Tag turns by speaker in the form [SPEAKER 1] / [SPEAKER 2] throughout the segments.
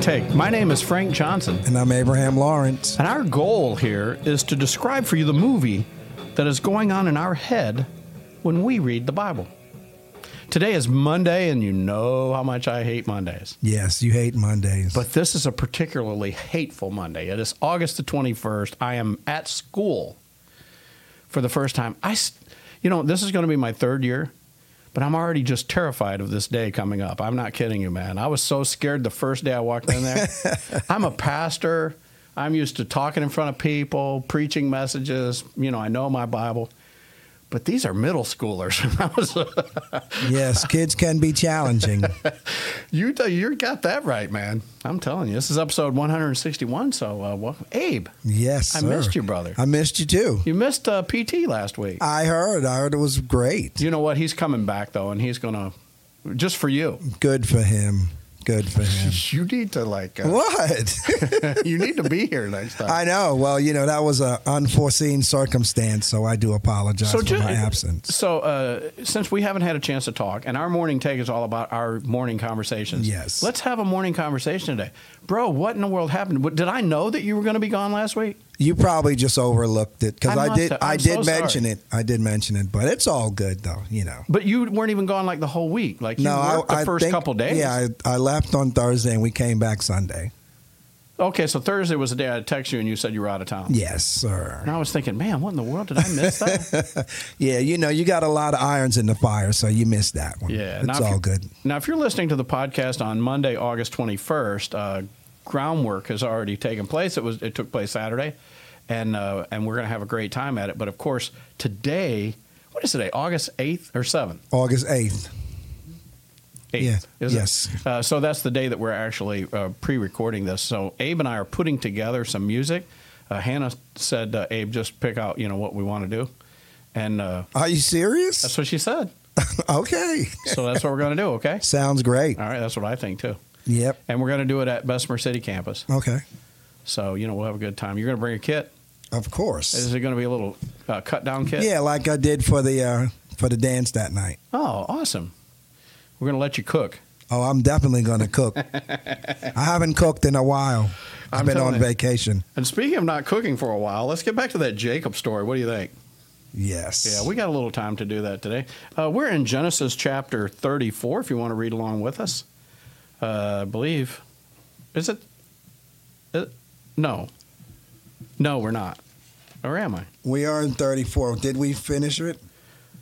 [SPEAKER 1] Take. My name is Frank Johnson,
[SPEAKER 2] And I'm Abraham Lawrence.
[SPEAKER 1] and our goal here is to describe for you the movie that is going on in our head when we read the Bible. Today is Monday, and you know how much I hate Mondays.
[SPEAKER 2] Yes, you hate Mondays.
[SPEAKER 1] But this is a particularly hateful Monday. It is August the 21st. I am at school for the first time. I, s- you know, this is going to be my third year, but I'm already just terrified of this day coming up. I'm not kidding you, man. I was so scared the first day I walked in there. I'm a pastor. I'm used to talking in front of people, preaching messages. You know, I know my Bible. But these are middle schoolers. I was,
[SPEAKER 2] yes, kids can be challenging.
[SPEAKER 1] You you got that right, man. I'm telling you, this is episode 161. So, uh, welcome, Abe.
[SPEAKER 2] Yes,
[SPEAKER 1] I
[SPEAKER 2] sir.
[SPEAKER 1] missed you, brother.
[SPEAKER 2] I missed you too.
[SPEAKER 1] You missed uh, PT last week.
[SPEAKER 2] I heard. I heard it was great.
[SPEAKER 1] You know what? He's coming back though, and he's gonna just for you.
[SPEAKER 2] Good for him. Good for him.
[SPEAKER 1] You need to like. Uh,
[SPEAKER 2] What?
[SPEAKER 1] you need to be here next time.
[SPEAKER 2] I know. Well, you know that was an unforeseen circumstance, so I do apologize for
[SPEAKER 1] ju-
[SPEAKER 2] my absence.
[SPEAKER 1] So uh, since we haven't had a chance to talk, and our morning take is all about our morning conversations.
[SPEAKER 2] Yes.
[SPEAKER 1] Let's have a morning conversation today, bro. What in the world happened? What, did I know that you were going to be gone last week?
[SPEAKER 2] You probably just overlooked it because
[SPEAKER 1] I
[SPEAKER 2] I,
[SPEAKER 1] must
[SPEAKER 2] did.
[SPEAKER 1] have.
[SPEAKER 2] I
[SPEAKER 1] I'm
[SPEAKER 2] did
[SPEAKER 1] so sorry.
[SPEAKER 2] mention it. I did mention it, but it's all good though. You know.
[SPEAKER 1] But you weren't even gone like the whole week. Like you worked the first
[SPEAKER 2] think-
[SPEAKER 1] couple days.
[SPEAKER 2] Yeah, I, I left on Thursday and we came back Sunday.
[SPEAKER 1] Okay, so Thursday was the day I texted you and you said you were out of town.
[SPEAKER 2] Yes, sir.
[SPEAKER 1] And I was thinking, man, what in the world did I miss that?
[SPEAKER 2] Yeah, you know, you got a lot of irons in the fire, so you missed that one.
[SPEAKER 1] Yeah, now
[SPEAKER 2] it's
[SPEAKER 1] if
[SPEAKER 2] all
[SPEAKER 1] you-
[SPEAKER 2] good.
[SPEAKER 1] now, if you're listening to the podcast on Monday, August 21st, uh, groundwork has already taken place. It was it took place Saturday, and uh, and we're gonna have a great time at it. But of course, today, what is today? August 8th or 7th?
[SPEAKER 2] August eighth.
[SPEAKER 1] 8th,
[SPEAKER 2] Yeah,
[SPEAKER 1] is
[SPEAKER 2] yes.
[SPEAKER 1] It? Uh, so that's the day that we're actually uh, pre-recording this. So Abe and I are putting together some music. Uh, Hannah said, uh, Abe, just pick out you know what we want to do, and. Uh,
[SPEAKER 2] Are you serious?
[SPEAKER 1] That's what she said.
[SPEAKER 2] okay,
[SPEAKER 1] So that's what we're going to do, okay?
[SPEAKER 2] sounds great.
[SPEAKER 1] All right, that's what I think too.
[SPEAKER 2] Yep.
[SPEAKER 1] And we're going to do it at Bessemer City campus.
[SPEAKER 2] Okay.
[SPEAKER 1] So, you know, we'll have a good time. You're going to bring a kit.
[SPEAKER 2] Of
[SPEAKER 1] Is
[SPEAKER 2] course.
[SPEAKER 1] it going to be a little uh, cut down kit?
[SPEAKER 2] Yeah, like I did for the uh, for the dance that night.
[SPEAKER 1] Oh, awesome. We're going to let you cook.
[SPEAKER 2] Oh, I'm definitely gonna cook. I haven't cooked in a while. I've
[SPEAKER 1] I'm
[SPEAKER 2] been
[SPEAKER 1] telling
[SPEAKER 2] on
[SPEAKER 1] you.
[SPEAKER 2] vacation.
[SPEAKER 1] And speaking of not cooking for a while, let's get back to that Jacob story. What do you think?
[SPEAKER 2] Yes.
[SPEAKER 1] Yeah, we got a little time to do that today. Uh, we're in Genesis chapter 34, if you want to read along with us. Uh, I believe. Is it? it? No. No, we're not. Or am I?
[SPEAKER 2] we are in 34. Did we finish it?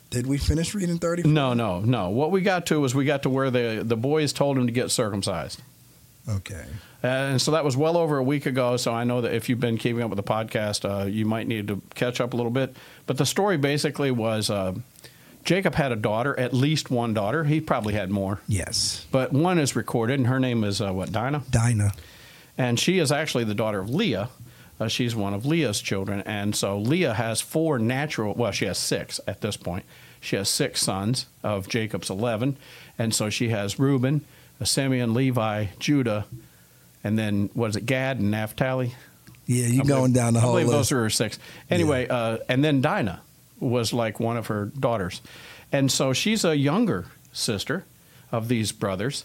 [SPEAKER 2] Did we finish reading 34?
[SPEAKER 1] No, no, no. What we got to was we got to where the, the boys told him to get circumcised. Mm.
[SPEAKER 2] Okay.
[SPEAKER 1] And so that was well over a week ago. So I know that if you've been keeping up with the podcast, uh, you might need to catch up a little bit. But the story basically was uh, Jacob had a daughter, at least one daughter. He probably had more.
[SPEAKER 2] Yes.
[SPEAKER 1] But one is recorded, and her name is uh, what, Dinah?
[SPEAKER 2] Dinah.
[SPEAKER 1] And she is actually the daughter of Leah. Uh, she's one of Leah's children. And so Leah has four natural, well, she has six at this point. She has six sons of Jacob's 11. And so she has Reuben, uh, Simeon, Levi, Judah, and then what is it, Gad and Naphtali?
[SPEAKER 2] Yeah, you going down the
[SPEAKER 1] I
[SPEAKER 2] whole
[SPEAKER 1] believe
[SPEAKER 2] list.
[SPEAKER 1] those are her six. Anyway, uh, and then Dinah was like one of her daughters, and so she's a younger sister of these brothers,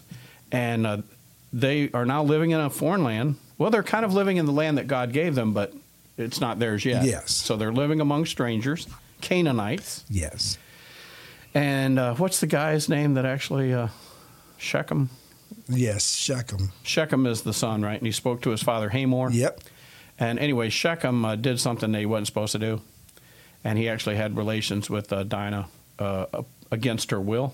[SPEAKER 1] and uh, they are now living in a foreign land. Well, they're kind of living in the land that God gave them, but it's not theirs yet.
[SPEAKER 2] Yes.
[SPEAKER 1] So they're living among strangers, Canaanites,
[SPEAKER 2] yes.
[SPEAKER 1] and uh, what's the guy's name that actually uh, Shechem?
[SPEAKER 2] Yes, Shechem.
[SPEAKER 1] Shechem is the son, right? And he spoke to his father Hamor.
[SPEAKER 2] Yep.
[SPEAKER 1] And anyway, Shechem uh, did something that he wasn't supposed to do, and he actually had relations with uh, Dinah uh, up- against her will.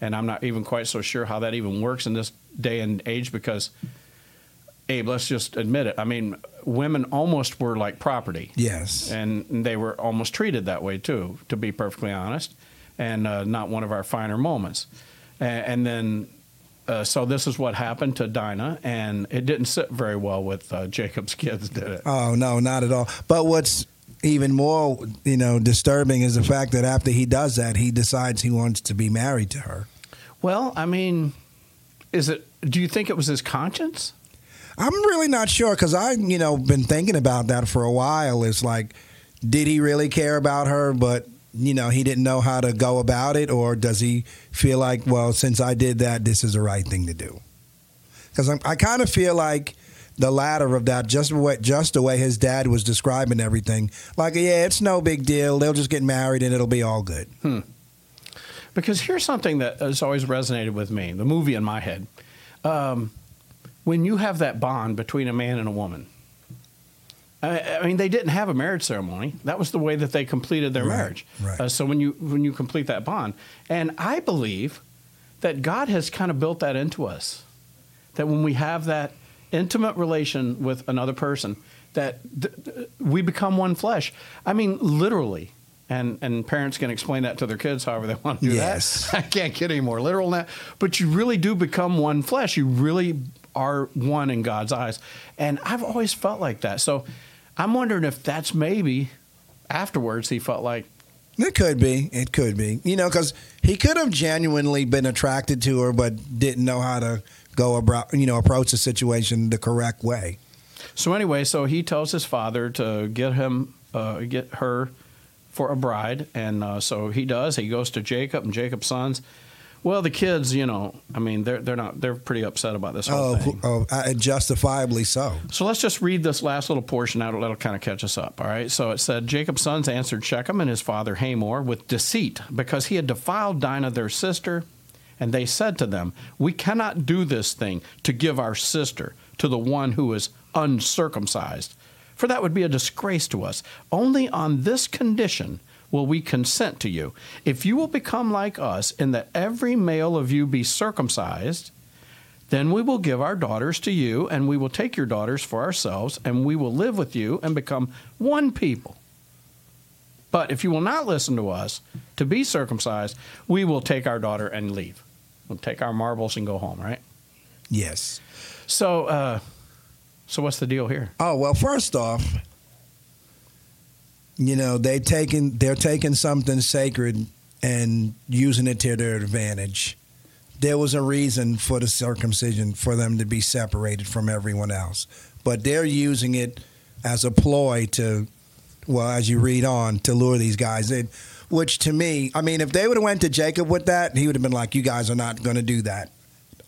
[SPEAKER 1] And I'm not even quite so sure how that even works in this day and age because, Abe, let's just admit it. I mean, women almost were like property,
[SPEAKER 2] Yes.
[SPEAKER 1] and they were almost treated that way too, to be perfectly honest, and uh, not one of our finer moments. And, and then, uh, so this is what happened to Dinah, and it didn't sit very well with uh, Jacob's kids, did it?
[SPEAKER 2] oh no, not at all. But what's even more, you know, disturbing is the fact that after he does that, he decides he wants to be married to her.
[SPEAKER 1] Well, I mean, is it? Do you think it was his conscience?
[SPEAKER 2] I'm really not sure because I, you know, been thinking about that for a while. It's like, did he really care about her? But you know, he didn't know how to go about it, or does he feel like, well, since I did that, this is the right thing to do? because I kind of feel like the latter of that, just the way, just the way his dad was describing everything. Like, yeah, it's no big deal. They'll just get married and it'll be all good.
[SPEAKER 1] Because here's something that has always resonated with me the movie in my head. Um, when you have that bond between a man and a woman, I, I mean, they didn't have a marriage ceremony. That was the way that they completed their
[SPEAKER 2] Right,
[SPEAKER 1] marriage.
[SPEAKER 2] right.
[SPEAKER 1] Uh, so when you when you complete that bond, and I believe that God has kind of built that into us, that when we have that intimate relation with another person, that th- th- we become one flesh. I mean, literally. And, and parents can explain that to their kids however they want to do
[SPEAKER 2] Yes.
[SPEAKER 1] that. I can't get any more literal than that. But you really do become one flesh. You really are one in God's eyes. And I've always felt like that. So I'm wondering if that's maybe afterwards he felt like,
[SPEAKER 2] It could be. It could be. You know, because he could have genuinely been attracted to her, but didn't know how to go about, you know, approach the situation the correct way.
[SPEAKER 1] So anyway, so he tells his father to get him, uh, get her for a bride, and uh, so he does. He goes to Jacob and Jacob's sons. Well, the kids, you know, I mean, they're they're not they're pretty upset about this whole
[SPEAKER 2] Oh,
[SPEAKER 1] thing.
[SPEAKER 2] oh uh, justifiably so.
[SPEAKER 1] So let's just read this last little portion out. That'll kind of catch us up. All right. So it said Jacob's sons answered Shechem and his father Hamor with deceit because he had defiled Dinah, their sister. And they said to them, We cannot do this thing to give our sister to the one who is uncircumcised, for that would be a disgrace to us. Only on this condition will we consent to you. If you will become like us, in that every male of you be circumcised, then we will give our daughters to you, and we will take your daughters for ourselves, and we will live with you and become one people. But if you will not listen to us to be circumcised, we will take our daughter and leave. We'll take our marbles and go home, right?
[SPEAKER 2] Yes.
[SPEAKER 1] So, uh, so what's the deal here?
[SPEAKER 2] Oh well, first off, you know they taking they're taking something sacred and using it to their advantage. There was a reason for the circumcision for them to be separated from everyone else, but they're using it as a ploy to, well, as you read on, to lure these guys in. Which to me, I mean, if they would have went to Jacob with that, he would have been like, "You guys are not going to do that.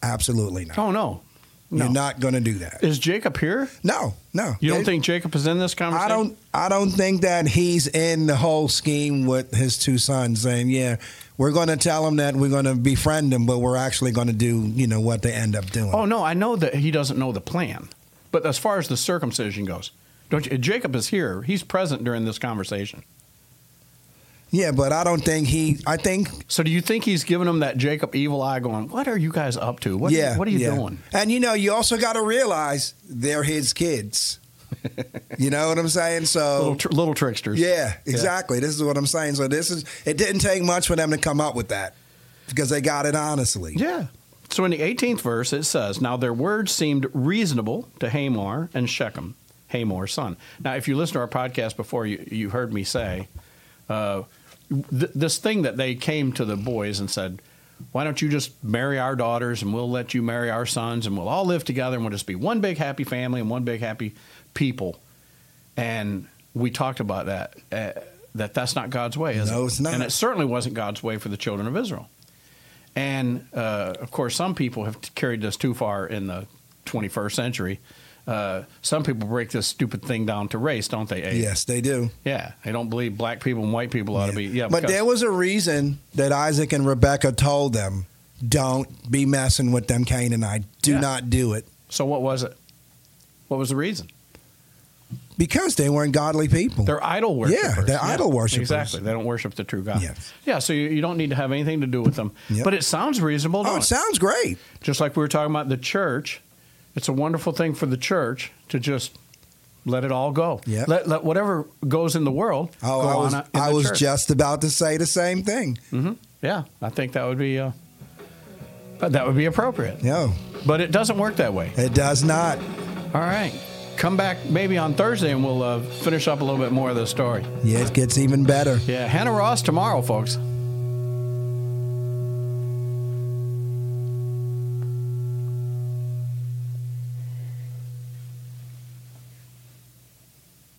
[SPEAKER 2] Absolutely not.
[SPEAKER 1] Oh no, no.
[SPEAKER 2] You're not going to do that.
[SPEAKER 1] Is Jacob here?
[SPEAKER 2] No, no.
[SPEAKER 1] You don't
[SPEAKER 2] They-
[SPEAKER 1] think Jacob is in this
[SPEAKER 2] I
[SPEAKER 1] conversation?
[SPEAKER 2] don't. I don't think that he's in the whole scheme with his two sons saying, "Yeah, we're going to tell him that we're going to befriend him, but we're actually going to do you know what they end up doing."
[SPEAKER 1] Oh no, I know that he doesn't know the plan. But as far as the circumcision goes, don't you, Jacob is here. He's present during this conversation.
[SPEAKER 2] Yeah, but I don't think he. I think
[SPEAKER 1] So do you think he's giving him that Jacob evil eye going, what are you guys up to? What,
[SPEAKER 2] yeah.
[SPEAKER 1] what are you
[SPEAKER 2] yeah.
[SPEAKER 1] doing?
[SPEAKER 2] And you know, you also got to realize they're his kids. you know what I'm saying? So
[SPEAKER 1] Little, tr- little tricksters.
[SPEAKER 2] Yeah, exactly. This is what I'm saying. So this is. It didn't take much for them to come up with that because they got it honestly.
[SPEAKER 1] Yeah. So in the 18th verse, it says, Now their words seemed reasonable to Hamor and Shechem, Hamor's son. Now, if you listen to our podcast before, you, you heard me say uh, th- this thing that they came to the boys and said, Why don't you just marry our daughters and we'll let you marry our sons and we'll all live together and we'll just be one big happy family and one big happy people. And we talked about that, uh, that that's not God's way, is it?
[SPEAKER 2] No, it's not.
[SPEAKER 1] And it certainly wasn't God's way for the children of Israel. And uh, of course, some people have t- carried this too far in the 21st century. Uh, some people break this stupid thing down to race, don't they? Abe?
[SPEAKER 2] Yes, they do.
[SPEAKER 1] Yeah. They don't believe black people and white people ought to be. Yeah.
[SPEAKER 2] but
[SPEAKER 1] because-
[SPEAKER 2] there was a reason that Isaac and Rebecca told them, "Don't be messing with them Canaanite. Do
[SPEAKER 1] Yeah.
[SPEAKER 2] not do it,"
[SPEAKER 1] so what was it? What was the reason?
[SPEAKER 2] because they weren't godly people.
[SPEAKER 1] They're idol worshippers.
[SPEAKER 2] they're idol worshippers.
[SPEAKER 1] Exactly. They don't worship the true God.
[SPEAKER 2] Yes.
[SPEAKER 1] Yeah. So you, you don't need to have anything to do with them.
[SPEAKER 2] Yep.
[SPEAKER 1] But it sounds reasonable.
[SPEAKER 2] oh,
[SPEAKER 1] don't
[SPEAKER 2] it
[SPEAKER 1] it?
[SPEAKER 2] sounds great.
[SPEAKER 1] just like we were talking about the church, it's a wonderful thing for the church to just let it all go.
[SPEAKER 2] Yeah.
[SPEAKER 1] Let, let whatever goes in the world
[SPEAKER 2] Oh,
[SPEAKER 1] go
[SPEAKER 2] I was
[SPEAKER 1] on in
[SPEAKER 2] I
[SPEAKER 1] the
[SPEAKER 2] was
[SPEAKER 1] church.
[SPEAKER 2] just about to say the same thing.
[SPEAKER 1] Yeah, I think that would be uh, that would be appropriate.
[SPEAKER 2] No,
[SPEAKER 1] But it doesn't work that way.
[SPEAKER 2] it does not.
[SPEAKER 1] All right. Come back maybe on Thursday and we'll uh, finish up a little bit more of the story.
[SPEAKER 2] Yeah, it gets even better.
[SPEAKER 1] Yeah, Hannah Ross tomorrow, folks.